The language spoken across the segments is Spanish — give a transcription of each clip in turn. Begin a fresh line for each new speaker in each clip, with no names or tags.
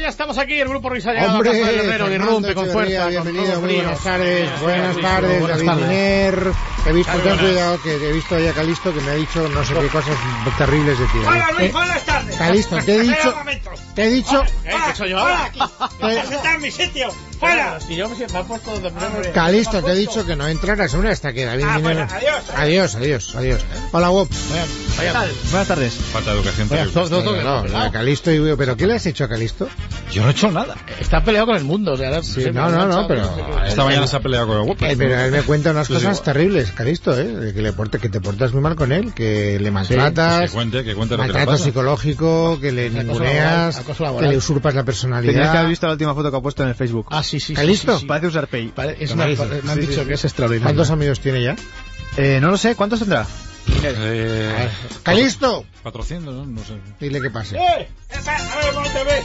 ya estamos aquí, el grupo Ruiz ha llegado
Hombre,
a Casa del Herrero,
Fernando
irrumpe con
Echeverría,
fuerza. con
bienvenido,
todo
muy
frío.
buenas tardes,
Sí,
buenas
sí,
tardes,
buenas
David
tardes.
Miner. He visto,
Muy
ten
buenas.
cuidado, que he visto hoy a Calisto que me ha dicho no sé qué cosas terribles de ti.
Hola
Eh,
Luis, buenas tardes.
Calisto, te he
Espera
dicho-
un momento.
Te he dicho,
¿Eh? ¿Qué soy yo
Hola,
ahora?
aquí. Vas a sentar en mi sitio. Fuera.
Si yo me me ha puesto de
Hombre.
Calisto,
Ah,
te he dicho que no entraras una hasta que David
Ah,
Miner.
bueno, adiós.
adiós, adiós, adiós. Hola, Wops.
¿Qué tal?
Buenas tardes.
Falta de educación. terrible.
No, no, lo
Ah.
de Calisto y pero ¿qué le has hecho a Calisto?
Yo no he hecho nada.
Está peleado con el mundo, o sea, ahora-
Sí, no, no, no, pero
Esta mañana se ha peleado con el guapo.
pues
Eh, pero él me cuenta unas
Sí,
cosas
sí.
terribles, Calisto, ¿eh? de Que, le porte, que te portas muy mal con él, que le maltratas,
que cuente, que cuente lo que le
maltrato
pasa.
psicológico, que le
Acoso
ninguneas,
laboral, acoso
que
laboral.
le usurpas la
Tenías que haber
personalidad.
visto la última foto que ha puesto en el Facebook.
Ah, sí, sí. sí,
¿Calisto?
sí, sí.
Parece un Sarpey.
Pare- es una- me han dicho que es extraordinario.
¿Cuántos amigos tiene ya?
Eh, no lo sé, ¿cuántos tendrá?
Eh,
¡Calisto!
400, ¿no? No sé.
Dile que pase.
Eh, epa, a ver, un momento, ve.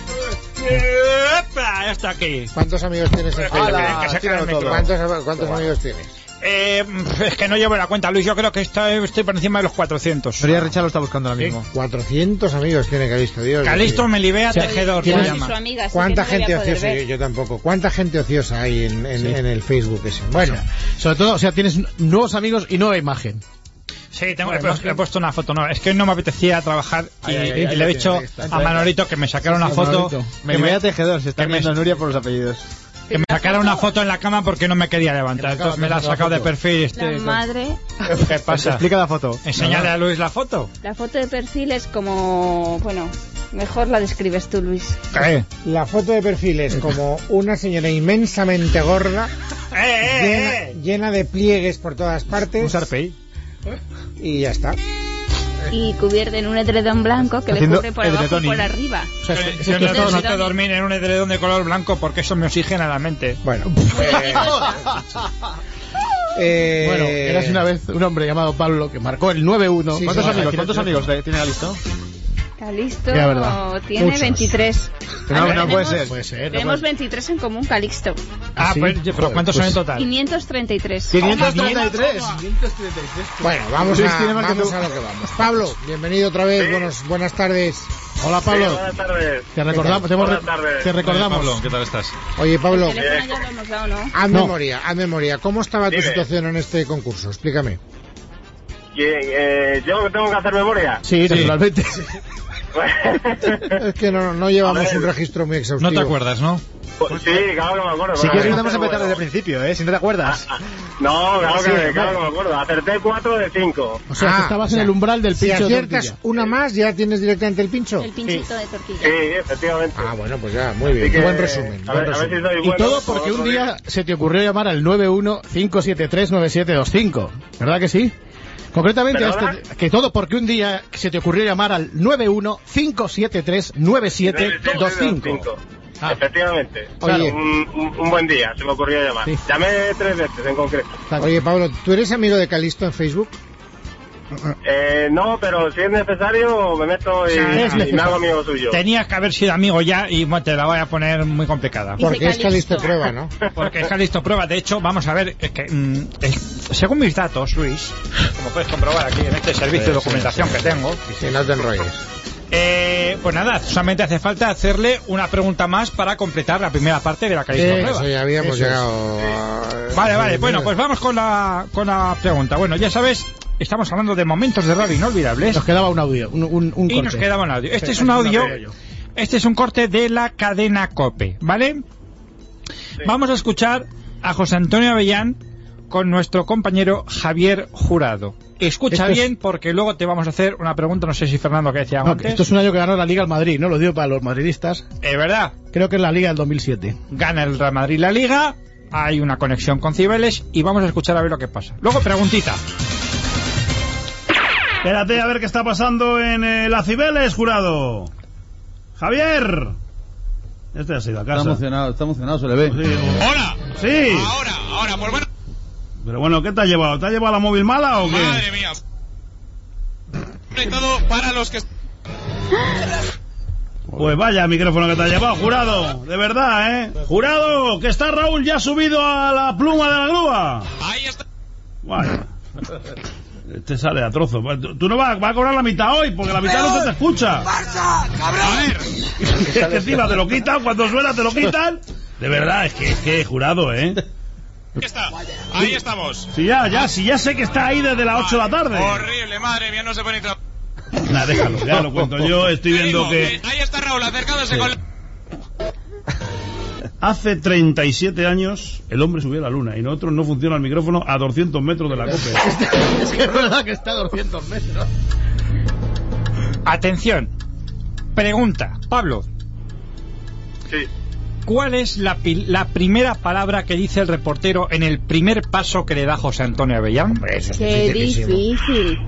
Eh, Epa, ya está aquí.
¿Cuántos amigos tienes en
Espera,
Facebook?
que- que sacar el micro.
¿Cuántos, cuántos amigos tienes?
Eh, es que no llevo la cuenta, Luis. Yo creo que está- estoy por encima de los 400.
María Richard lo está buscando ahora
Sí.
mismo.
400 amigos tiene Calisto, Dios.
Calisto
mío.
Melibea Tejedor se
¿Quién es?
llama.
Su amiga, así
¿Cuánta
que no
gente
la voy a poder
ociosa?
ver.
Yo, yo tampoco. ¿Cuánta gente ociosa hay en, en, en el Facebook ese? Bueno,
Sobre todo, o sea, tienes nuevos amigos y nueva imagen.
Sí, tengo, he, puesto- he puesto una foto. No, es que no me apetecía trabajar y,
Ahí, ahí, ahí
y le
lo
he dicho
tienes, ahí está.
a Manolito que me sacara una foto.
Manolito.
Que
Me
me,
a Tejedor, se está
que me-
viendo Nuria por los apellidos.
que me sacara una foto en la cama porque no me quería levantar.
Que me acaba
Entonces me
de
la ha
sacar
sacado
la
de
foto.
perfil. Este,
La madre,
¿Qué pasa?
Explica la foto.
Enseñale a Luis la foto.
la foto de perfil es como, bueno, mejor la describes tú, Luis.
¿Qué?
la foto de perfil es como una señora inmensamente gorda,
¡Eh, eh,
llena,
eh!
llena de pliegues por todas
Un
partes,
Sarpey.
y ya está. Eh.
Y cubierta en un edredón blanco que le
Haciendo
cubre por abajo y
edredón.
por arriba.
O sea,
Yo,
es que- es
yo
que todo-
no
edredón.
necesito dormir en un edredón de color blanco porque eso me oxigena la mente.
Bueno, Eh,
eh, Bueno, eras una vez un hombre llamado Pablo que marcó el 9-1.
Sí,
¿Cuántos
sí,
amigos?
sí.
¿Cuántos amigos le- tiene
Eh,
Calisto?
Calixto
Ya, verdad.
tiene
Muchos.
23.
No,
Ahora
no puede
tenemos-
¿eh?
ser.
Puede ser.
Tenemos 23 en común, Calixto.
Ah,
¿Sí?
pues, pero
Joder,
¿cuántos son en
pues-
total?
533.
533.
Bueno, vamos,
Luis
a,
tiene más que
vamos
tú.
a lo que vamos. Pablo, bienvenido otra vez. buenos- buenas tardes.
Hola,
Sí,
Pablo.
buenas tardes.
Te recordamos. te hemos re-
Buenas tardes.
Te
Oye,
recordamos.
Pablo, ¿qué tal estás?
Oye, Pablo,
Pues,
Ah,
El teléfono ya lo hemos dado, ¿no?
haz
No.
memoria, haz memoria. ¿Cómo estaba tu
Dime.
situación en este concurso? Explícame.
Que, eh, yo tengo que hacer memoria.
Sí, naturalmente.
Pues
Es que no, no llevamos
A ver.
un registro muy exhaustivo.
No te acuerdas, ¿no?
Pues sí, claro que me acuerdo.
Si
claro
quieres
que
podemos
me
empezar desde
acuerdo.
el principio, ¿eh? Si no te acuerdas.
Ah,
No, claro,
Sí,
que, me-
hombre.
claro que me acuerdo. Acerté 4 de 5.
O sea,
Ah,
que estabas
o sea,
en el umbral del
Si
pincho. de
aciertas
tortilla.
una más, ya tienes directamente el pincho.
El pinchito de tortilla.
Sí, Eh, efectivamente.
Ah, bueno, pues ya, muy bien.
Así que,
Buen resumen.
A
buen
ver, a ver
resumen.
si soy
Y
bueno.
todo porque un
otro
día se te ocurrió llamar al 915739725, ¿verdad que sí? Concretamente,
¿Perdona?
este- que todo porque un día se te ocurrió llamar al 915739725. Ah.
Efectivamente.
Oye.
Un, un- un buen día, se me ocurrió llamar.
Sí.
Llamé tres veces en concreto.
Oye, Pablo, ¿tú eres amigo de Calisto en Facebook?
Eh, no, pero si es necesario, me meto y,
sea, es
y me
necesario.
hago amigo suyo.
Tenías que haber sido amigo ya y bueno, te la voy a poner muy complicada.
Dice
Porque es Calisto
Calisto.
prueba, ¿no?
Porque está listo prueba. De hecho, vamos a ver, es que, mm, es- según mis datos, Luis, como puedes comprobar aquí en este servicio de documentación que tengo,
Si no te enrolles.
eh, pues nada, solamente hace falta hacerle una pregunta más para completar la primera parte de la Calisto
Eh,
prueba.
eso ya habíamos
Eso es.
llegado a-
Vale, vale, bueno, pues vamos con la, con la pregunta. Bueno, ya sabes, estamos hablando de momentos de radio inolvidables
Nos quedaba un audio, un, un, un
y
corte.
nos quedaba un audio. Este
Sí,
es un
no
audio,
creo yo.
este es un corte de la cadena COPE, ¿vale? Vamos a escuchar a José Antonio Avellán con nuestro compañero Javier Jurado. Escucha
Esto es-
bien porque luego te vamos a hacer una pregunta, no sé si Fernando que decía
No, que
antes.
esto es un año que ganó la Liga al Madrid, ¿no? Lo digo para los madridistas.
Es verdad,
Creo que es la Liga del 2007.
gana el Real Madrid la Liga, hay una conexión con Cibeles y vamos a escuchar a ver lo que pasa. Luego preguntita.
Espérate a ver qué está pasando en eh, la Cibeles, jurado. Javier. Este ha sido a casa.
emocionado, está emocionado, se le ve.
Sí, o-
Hola,
sí.
ahora, ahora, pues bueno,
Pero bueno, ¿qué te ha llevado? ¿Te ha llevado la móvil mala o qué?
mía. Sobre todo para los que
Pues vaya micrófono que te ha llevado, jurado. De verdad, ¿eh? Jurado, que está Raúl ya subido a la pluma de la grúa.
ahí está.
Vaya. Este sale a trozo. Tú tú no vas, vas a cobrar la mitad hoy, porque la mitad no se te escucha. Es que encima te lo quitan, cuando suena te lo quitan. De verdad, es que, es que jurado, ¿eh?
Ahí está. Ahí estamos.
Si ya, ya, si ya sé que está ahí desde las 8 de la tarde.
Horrible, madre mía, no se pone... tra-
Nah, déjalo, ya lo cuento yo. Estoy
Te
viendo
digo,
que
eh, Ahí está Raúl acercándose con... la-
hace 37 años el hombre subió a la luna y nosotros no funciona el micrófono a 200 metros de la copa.
pues, Es que es verdad que está a 200 metros.
Atención. Pregunta, Pablo.
Sí.
¿Cuál es la, pi- la primera palabra que dice el reportero en el primer paso que le da José Antonio Avellán?
Hombre, eso es
Qué
dificilísimo.
difícil.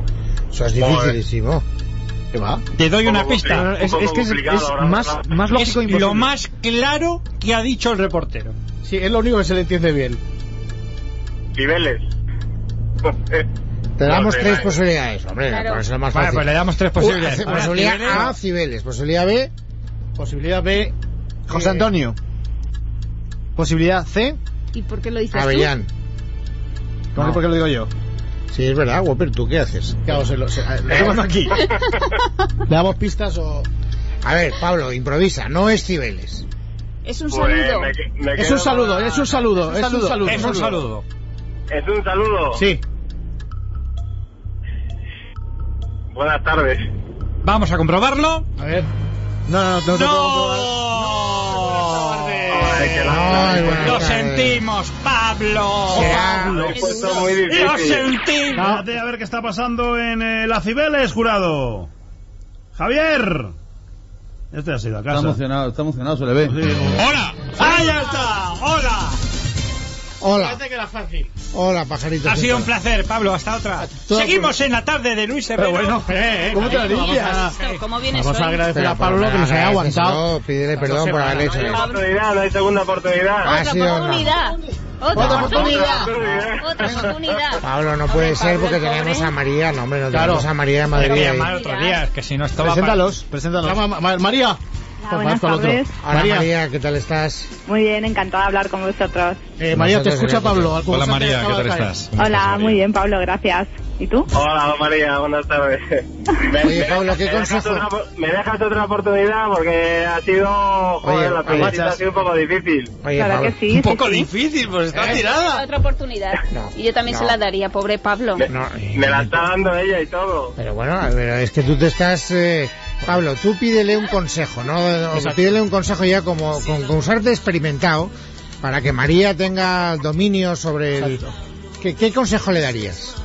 Eso es dificilísimo.
¿Qué va?
Te doy una
Poco complicado.
pista.
Es- es que es- es más-
más
Es lo más claro que ha dicho el reportero.
Sí, es lo único que se le entiende bien.
Niveles.
Te damos
No,
tres
no.
posibilidades, hombre,
Claro.
por eso es más
Vale,
fácil.
pues le damos tres posibilidades.
Una,
Ahora, Cibeles,
Posibilidad A, Cibeles. Posibilidad B,
Posibilidad B.
José
eh,
Antonio. Posibilidad C.
¿Y por qué lo dices
Avellán.
¿Cómo
No.
que por qué lo digo yo?
Sí, es verdad, Whopper, ¿tú qué haces?
Claro, se lo, se- a-
Lo
le,
tengo
damos,
aquí.
le damos pistas o.
A ver, Pablo, improvisa, no es Cibeles.
tú? Es un
Pues,
saludo.
me que- me
Es
quedo
un saludo,
con la-
es un saludo, es un saludo.
Es un saludo.
Es un saludo.
Sí,
Buenas tardes.
Vamos a comprobarlo.
a ver.
No, no, no, no.
¡No!
Ay, que la-
Ay, bueno,
Lo
eh,
sentimos, Pablo.
será-
Lo he puesto muy
Lo
difícil.
sentimos.
Espérate a ver qué está pasando en eh, la Cibeles, jurado. Javier. Este ha sido a
Está
casa.
emocionado, está emocionado, se le ve.
¡Hola! ¡Ahí está! ¡Hola!
Hola,
que era fácil.
hola, pajarito.
Ha sido un placer, Pablo. Hasta otra. Seguimos en la tarde de Luis Herrero.
¿Cómo te lo dirías?
Esto, ¿Cómo vienes
Vamos a
hoy?
agradecer a Pablo que nos haya aguantado.
No, pídele perdón por haber hecho
No hay oportunidad, no hay segunda oportunidad.
Ha
Otra
sido una-
oportunidad. Otra oportunidad.
oportunidad.
Otra oportunidad.
Pablo, no puede
Hombre,
ser porque
Pablo, el
tenemos
pobre.
a María, no, hombre, no
Claro.
tenemos a María de
Hay que
Madrid. ahí.
llamar otros días, que si no estaba... para-
Preséntalos, preséntalos.
Llama a Ma- Ma- María. Por favor,
buenas
Pues con el otro.
tardes.
Hola María. ¿qué tal estás?
Muy bien, encantada de hablar con vosotros.
Eh, María, te
Nosotros
escucha
queremos-
Pablo. al
Hola
concursante
María,
que
¿qué
acaba
tal
de caer.
estás? ¿Cómo
Hola,
estás,
muy bien, Pablo, gracias. ¿Y tú?
Hola, María, buenas tardes. Me-
Oye, Pablo, ¿qué
me dejas
consejo?
otra po- Me dejas otra oportunidad porque ha sido. Joder, la
Oye,
pregunta ha
guachas.
sido un poco difícil.
Oye,
claro
Eh, Pablo.
que sí. sí, sí. Eh,
difícil, pues está tirada.
Otra oportunidad.
¿eh? No,
Y yo también
no.
se la daría, pobre Pablo.
Me,
No, eh,
me la está dando ella y todo.
Pero bueno, pero es que tú te estás... eh, Pablo, tú pídele un consejo, ¿no? O pídele un consejo ya como con concursante experimentado para que María tenga dominio sobre el... ¿Qué, qué consejo le darías?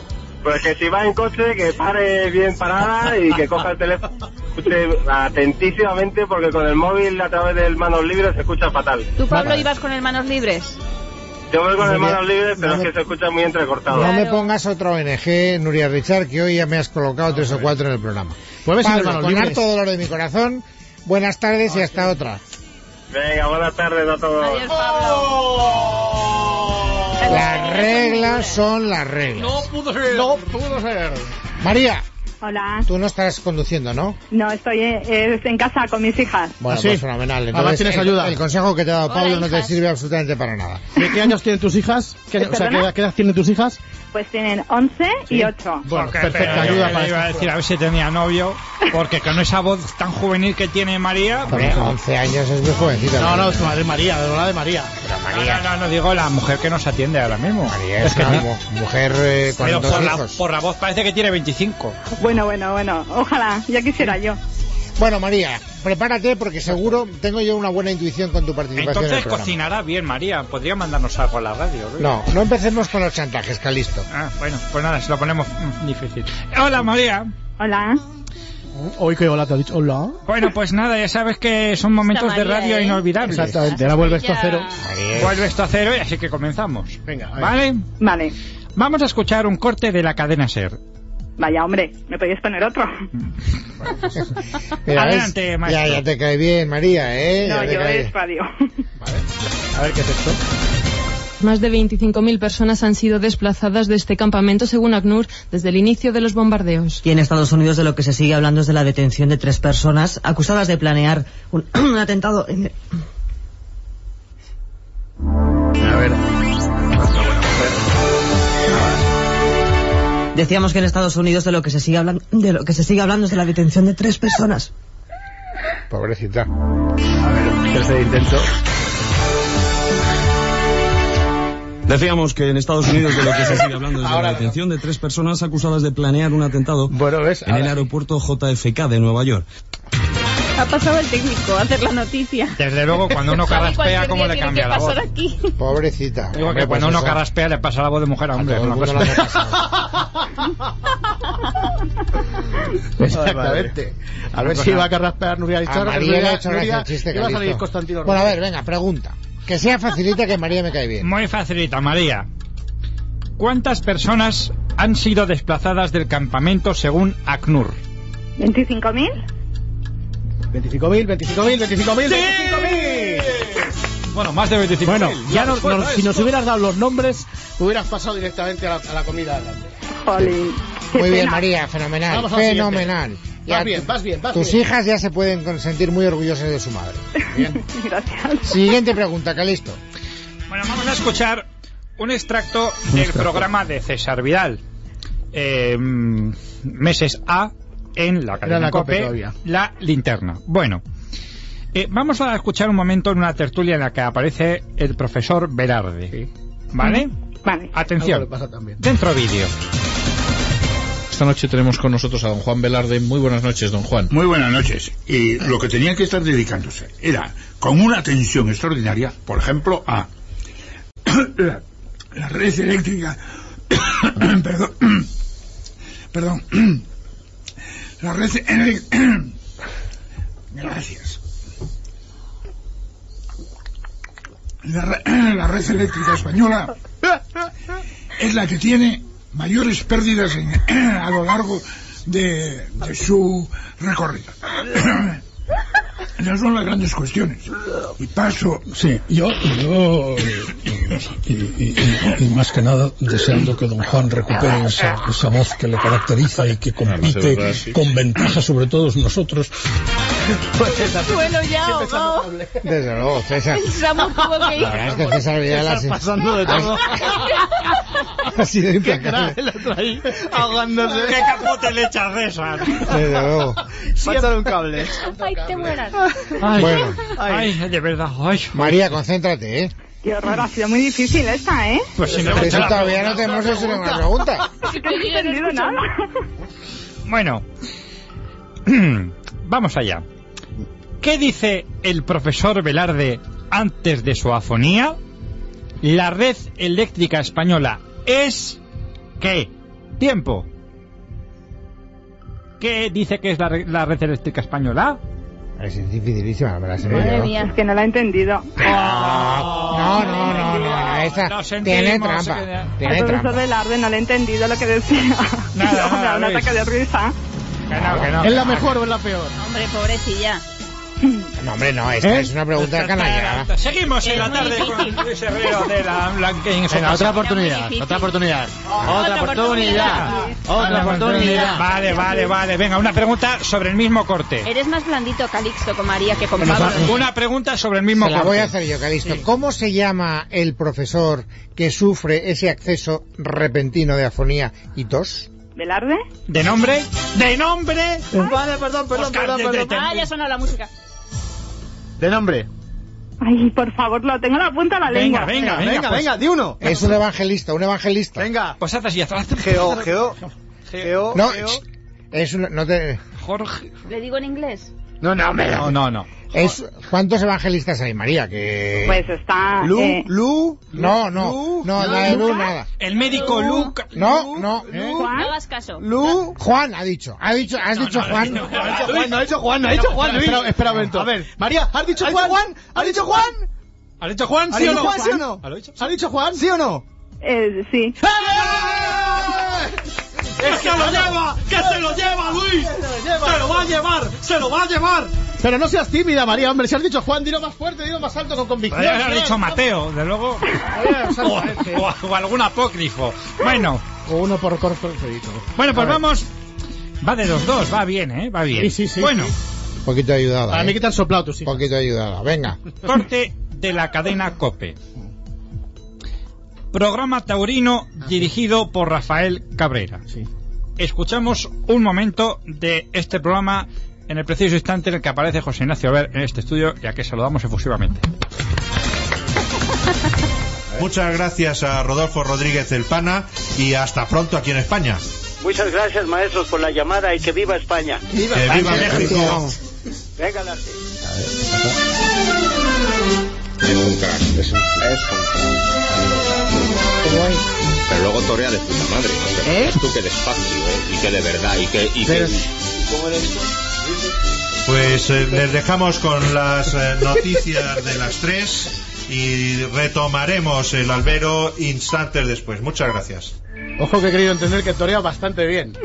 Pues que si va en coche, que pare bien parada y que coja el teléfono. Escuche atentísimamente porque con el móvil a través del manos libres se escucha fatal.
¿Tú, Pablo, ibas con el manos libres?
Yo voy con el manos libres, pero
Vale.
es que se escucha muy entrecortado.
No me
Claro.
pongas otra ONG, Nuria Richard, que hoy ya me has colocado tres o cuatro en el programa.
Jueves sin
Pablo,
hermanos
con
libres.
harto dolor de mi corazón, buenas tardes y hasta otra.
Venga, buenas tardes a todos.
Adiós, Pablo.
¡Oh! Las reglas son las reglas.
pudo ser. No pudo ser.
María,
Hola.
tú no estás conduciendo, ¿no?
No, estoy en,
eh,
es- en casa con mis hijas.
Bueno,
Ah, sí.
pues fenomenal.
Además tienes
el-
ayuda.
El, consejo que te ha dado
Hola,
Pablo no te
hijas.
sirve absolutamente para nada.
¿De qué años tienen tus hijas? ¿Qué, o sea, ¿qué,
¿Perdona?
edad- qué edad tienen tus hijas?
Pues tienen 11 y 8.
Bueno,
Porque,
perfecta
pero yo
ayuda
le
para
iba a
esto.
decir a ver si tenía novio, porque con esa voz tan juvenil que tiene María...
Hombre, 11 años es muy jovencita.
No, no, es de María, de verdad de María.
pero
No,
María,
No, no, no, digo la mujer que nos atiende ahora mismo.
María es una mu- mujer eh, con
Pero
dos
por la,
hijos.
por la voz parece que tiene 25.
Bueno, bueno, bueno. Ojalá, ya quisiera yo.
Bueno, María, prepárate porque seguro tengo yo una buena intuición con tu participación en el
Entonces
programa.
cocinará bien, María. Podría mandarnos algo a la radio. ¿no?
No, no empecemos con los chantajes, Calisto.
Ah, bueno, pues nada, se lo ponemos mm, difícil. Hola, María.
Hola.
Hoy que hola te ha dicho. Hola.
Bueno, pues nada, ya sabes que son momentos
Está
de radio
María, ¿eh?
inolvidables.
Exactamente, ahora vuelve esto a
Ya.
cero.
María,
Vuelve esto a cero y así que comenzamos.
Venga, a ver.
¿Vale?
Vale.
Vamos a escuchar un corte de la cadena SER.
Vaya, hombre, ¿me podéis poner otro?
mira, ¿ves?
Adelante, maestro.
Ya, ya te cae bien, María, ¿eh?
No,
Ya te
yo
cae
es
bien.
radio.
A ver qué es esto.
Más de 25.000 personas han sido desplazadas de este campamento, según ACNUR, desde el inicio de los bombardeos.
Y en Estados Unidos de lo que se sigue hablando es de la detención de tres personas acusadas de planear un, atentado en, Decíamos que en Estados Unidos de lo que se sigue hablando, de lo que se sigue hablando es de la detención de tres personas.
Pobrecita.
A ver, tercer intento.
Decíamos que en Estados Unidos de lo que se sigue hablando es de la detención de tres personas acusadas de planear un atentado en el aeropuerto JFK de Nueva York.
Ha pasado el técnico a hacer la noticia.
Desde luego, cuando uno
Javi,
carraspea,
cualquier
¿cómo
día
le
tiene
cambia
que
la voz?
pasar aquí.
Pobrecita.
Digo
Hombre,
que cuando
pues
uno
eso-
carraspea le pasa la voz de mujer a hombre.
todo el
una
mundo
cosa-
le ha
Exactamente. A ver si va a carraspear Nuria
A
Lizarra.
María le ha hecho gracia
Nuria,
el chiste
iba a salir
Calixto.
Constantino
Bueno, a
Roma.
ver, venga, pregunta. Que sea facilita que María me cae
Mm,
bien.
Muy facilita, María. ¿Cuántas personas han sido desplazadas del campamento según ACNUR?
¿25.000?
25.000, 25.000, 25.000, 25.000.
Bueno, más de 25.
Bueno,
mil.
ya nos-
Fuera,
nos- si
esto.
nos hubieras dado los nombres, hubieras pasado directamente a la, a la comida adelante.
Muy bien, María, fenomenal.
Vamos al siguiente.
fenomenal.
Vas
Ya
bien, vas bien, vas
Tus
bien.
hijas ya se pueden sentir muy orgullosas de su madre.
Gracias.
Siguiente pregunta, Calisto.
Bueno, vamos a escuchar un extracto del programa de César Vidal. Eh, mm, meses A en la cadena
la COPE
COPE,
todavía.
la linterna. Bueno, eh, vamos a escuchar un momento en una tertulia en la que aparece el profesor Velarde. ¿Vale?
Vale.
Algo
Atención.
le pasa también.
Dentro vídeo.
Esta noche tenemos con nosotros a don Juan Velarde. Muy buenas noches, don Juan.
Muy buenas noches. Y lo que tenían que estar dedicándose era, con una atención extraordinaria, por ejemplo, a la, la red eléctrica, perdón, perdón, la red eléctrica, gracias. La, re- la red eléctrica española es la que tiene mayores pérdidas en- a lo largo de, de su recorrido. Esas son las grandes cuestiones. Y paso, sí,
Yo, yo y, y- y- y más que nada deseando que don Juan recupere esa, esa voz que le caracteriza y que compite
verdad, sí.
con ventaja sobre todos nosotros.
Bueno, ya ahogado.
Desde luego, César.
Pensamos tuvo que
La verdad es que César Vidal ha sido-
pasando de todo.
ha sido
Qué
impecable.
crack el otro ahí, ahogándose.
¿Qué capote le echas de esas?
Desde luego.
Pásale un cable.
Ay, te mueras.
Ay,
Bueno.
ay, de verdad. Ay.
María, concéntrate, ¿eh?
Qué horror, ha sido muy difícil esta, ¿eh?
Pues si no
Pero
me
eso
echa la
todavía
bronca.
no te hemos hecho ninguna pregunta.
Si no he entendido nada.
Bueno, vamos allá. ¿Qué dice el profesor Velarde antes de su afonía? La red eléctrica española es qué? Tiempo. ¿Qué dice que es la, re- la red eléctrica española?
Es dificilísima, me la sé
Madre
yo.
mía, es que no la he entendido.
No, no, no, no, esa
Lo sentimos,
tiene
se queda-
trampa. Tiene
Al profesor
trampa.
Velarde no le he entendido lo que decía.
Nada,
Hombre,
nada,
un
Luis.
ataque de risa.
Que no, que no.
¿Es la mejor o es la peor?
Hombre, pobrecilla.
No, hombre, no, esta
¿Eh?
es una pregunta canallada.
Seguimos en
Eh,
la tarde con Luis Herrero de la Blanque en su
Venga,
casa.
otra oportunidad, otra oportunidad.
Otra oportunidad.
Otra oportunidad.
Vale, vale, vale. Venga, una pregunta sobre el mismo
Eh.
corte.
Eres más blandito, Calixto, con María que con Pablo.
Una pregunta sobre el mismo
Se la
corte.
voy a hacer yo, Calisto. ¿Cómo se llama el profesor que sufre ese acceso repentino de afonía y tos?
¿Velarde?
¿De nombre? ¿De nombre?
Vale, perdón, perdón,
Oscar,
perdón,
detente.
perdón.
Ah, ya sonó la música.
De nombre.
Ay, por favor, lo tengo en la punta de la lengua.
Venga, venga,
Venga,
venga.
venga,
pues-
di uno.
Es un evangelista, un evangelista.
Venga.
Pues haz así, haz
oh.
así.
Geo, Geo. Geo,
No,
Geo.
ch- es un, no te,
Jorge.
¿Le digo en inglés?
No, no, me
No, no, no.
es, ¿cuántos evangelistas hay, María? Que...
Pues está...
Lu,
eh,
Lu.
no, no, no, nada de luz, nada.
El médico Luca.
No, no. eh,
No hagas caso.
Lu.
Juan ha dicho, ha dicho, has dicho Juan.
No ha dicho Juan, no ha dicho Juan, no ha dicho Juan, Luis.
Espera, espera un momento.
A ver.
María, ¿has dicho
¿Ha dicho
Juan?
Juan? ¿Ha dicho Juan?
¿Has dicho Juan?
¿Ha
¿Sí o
dicho
no?
Juan, sí o no?
¿Has dicho?
¿Ha dicho Juan?
¿Sí o no?
Eh, sí.
¡Es que lo lleva! ¡Que se lo lleva, Luis! ¡Se lo va a llevar! ¡Se lo va a llevar!
Pero no seas tímida, María, hombre. Si has dicho Juan, dilo más fuerte, dilo más alto con convicción.
Podría haber dicho Mateo, de luego. o, o- o algún apócrifo. Bueno,
O uno por corto enterito.
bueno, pues
A ver.
vamos. Va de los dos, va bien, ¿eh? Va bien.
Sí, sí, sí,
bueno,
Un poquito de ayudada.
Para
eh.
mí que te han soplado tus
Un
hijos.
poquito de ayudada. Venga.
corte de la cadena COPE. programa taurino dirigido por Rafael Cabrera. Escuchamos un momento de este programa en el preciso instante en el que aparece José Ignacio Ver en este estudio y a que saludamos efusivamente.
Muchas gracias a Rodolfo Rodríguez del Pana y hasta pronto aquí en España.
Muchas gracias, maestros, por la llamada y que viva España.
Que viva México.
Venga, Larte.
Nunca. Es un Pero luego torea de puta madre. O sea,
¿Eh?
Tú que despacio, ¿eh? Y que de verdad, y que... Y que...
¿Cómo eres tú?
Pues eh, les dejamos con las eh, noticias de las tres y retomaremos el albero instantes después. Muchas gracias.
Ojo que he querido entender que torea bastante bien.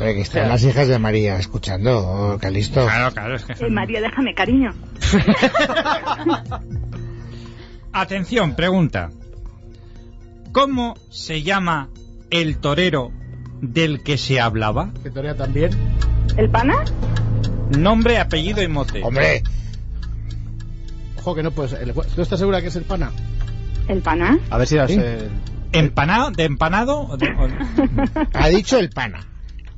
Oye, que están las hijas de María escuchando, oh, Calisto.
Claro, claro, es que
Eh, María, déjame, cariño.
Atención, pregunta. ¿Cómo se llama el torero del que se hablaba?
Que torea también.
¿El pana?
Nombre, apellido y mote.
Hombre.
Ojo que no puedes. ¿Tú estás segura que es el pana?
¿El pana?
A ver si
las, ¿Empanado? ¿De empanado? o de- o-
Ha dicho el pana.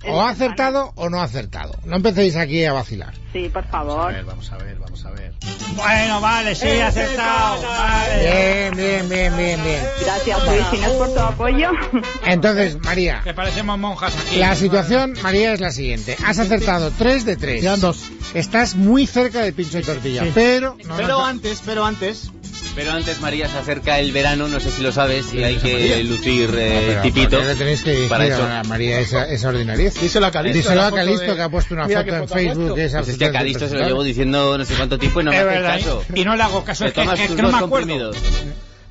O ha acertado o no ha acertado. No empecéis aquí a vacilar.
Sí, por favor.
Vamos a ver, vamos a ver.
Bueno, vale, sí,
Eh,
ha acertado. Vale.
Bien, bien, bien, bien, bien.
Gracias, Luis, si no es por tu apoyo.
Entonces, María,
Que parecemos monjas aquí.
la situación, María, es la siguiente. Has acertado 3 de 3.
Quedan dos.
Estás muy cerca de pincho y tortilla, pero... no
pero antes, pero antes.
Pero antes, María, se acerca el verano, no sé si lo sabes, y hay que
María.
lucir eh,
No, pero
tipito.
¿por qué le tenéis que dirigir
para eso.
a María esa, esa ordinariez? Díselo a
Calixto,
Díselo
la
a
foto
Calixto
de-
que ha puesto una
Mira
foto
qué
en
foto ha
Facebook. Que es,
Pues es que a Calixto se lo llevo diciendo no sé cuánto tiempo y no me
Es
hace
verdad,
caso.
¿eh? Y no le hago caso,
Me
es que,
tomas
es
tus
que no me
dos
acuerdo.
comprimidos.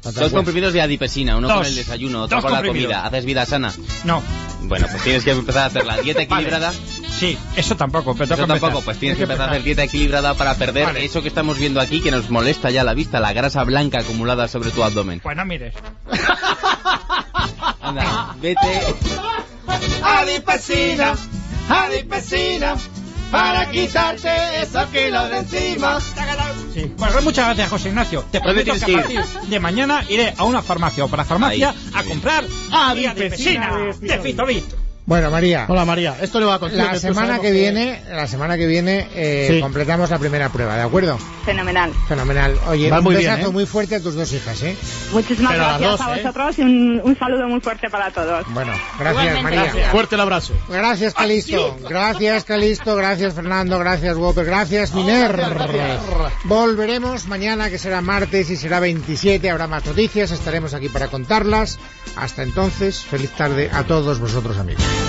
Dos comprimidos de adipesina, uno
Dos.
con el desayuno, otro
Dos
con la
comprimidos.
comida. ¿Haces vida sana?
No.
Bueno, pues tienes que empezar a hacer la dieta
Vale.
equilibrada.
Sí, eso tampoco, pero
Eso
tengo que
tampoco,
empezar.
pues tienes que
Tengo
empezar a hacer dieta equilibrada para perder eso que estamos viendo aquí que nos molesta ya la vista, la grasa blanca acumulada sobre tu abdomen.
Pues no mires.
Anda, vete.
Adipesina, adipesina, para quitarte esos kilos de encima.
Sí. Bueno, pues muchas gracias, José Ignacio. Te
¿Dónde
prometo que
tienes
a
que ir?
partir de mañana iré a una farmacia o para farmacia
Ahí,
a comprar
Ah,
adipesina de Fitolí.
Bueno, María.
Hola María, esto le va a contigo,
La
tú
semana
sabemos
que viene, la semana que viene eh,
Sí.
completamos la primera prueba, ¿de acuerdo?
Fenomenal.
Fenomenal. Oye,
Va
un
muy bien,
besazo
¿eh?
muy fuerte a tus dos hijas, ¿eh?
Muchísimas
Pero a las
gracias
dos,
a
¿eh?
vosotros y un, un saludo muy fuerte para todos.
Bueno,
Igualmente,
gracias, María.
gracias.
Fuerte el abrazo.
Gracias, Calisto. Gracias, Calisto. Gracias, Fernando. Gracias, Whopper. Gracias, Miner. Volveremos mañana, que será martes y será 27. Habrá más noticias. Estaremos aquí para contarlas. Hasta entonces, feliz tarde a todos vosotros, amigos.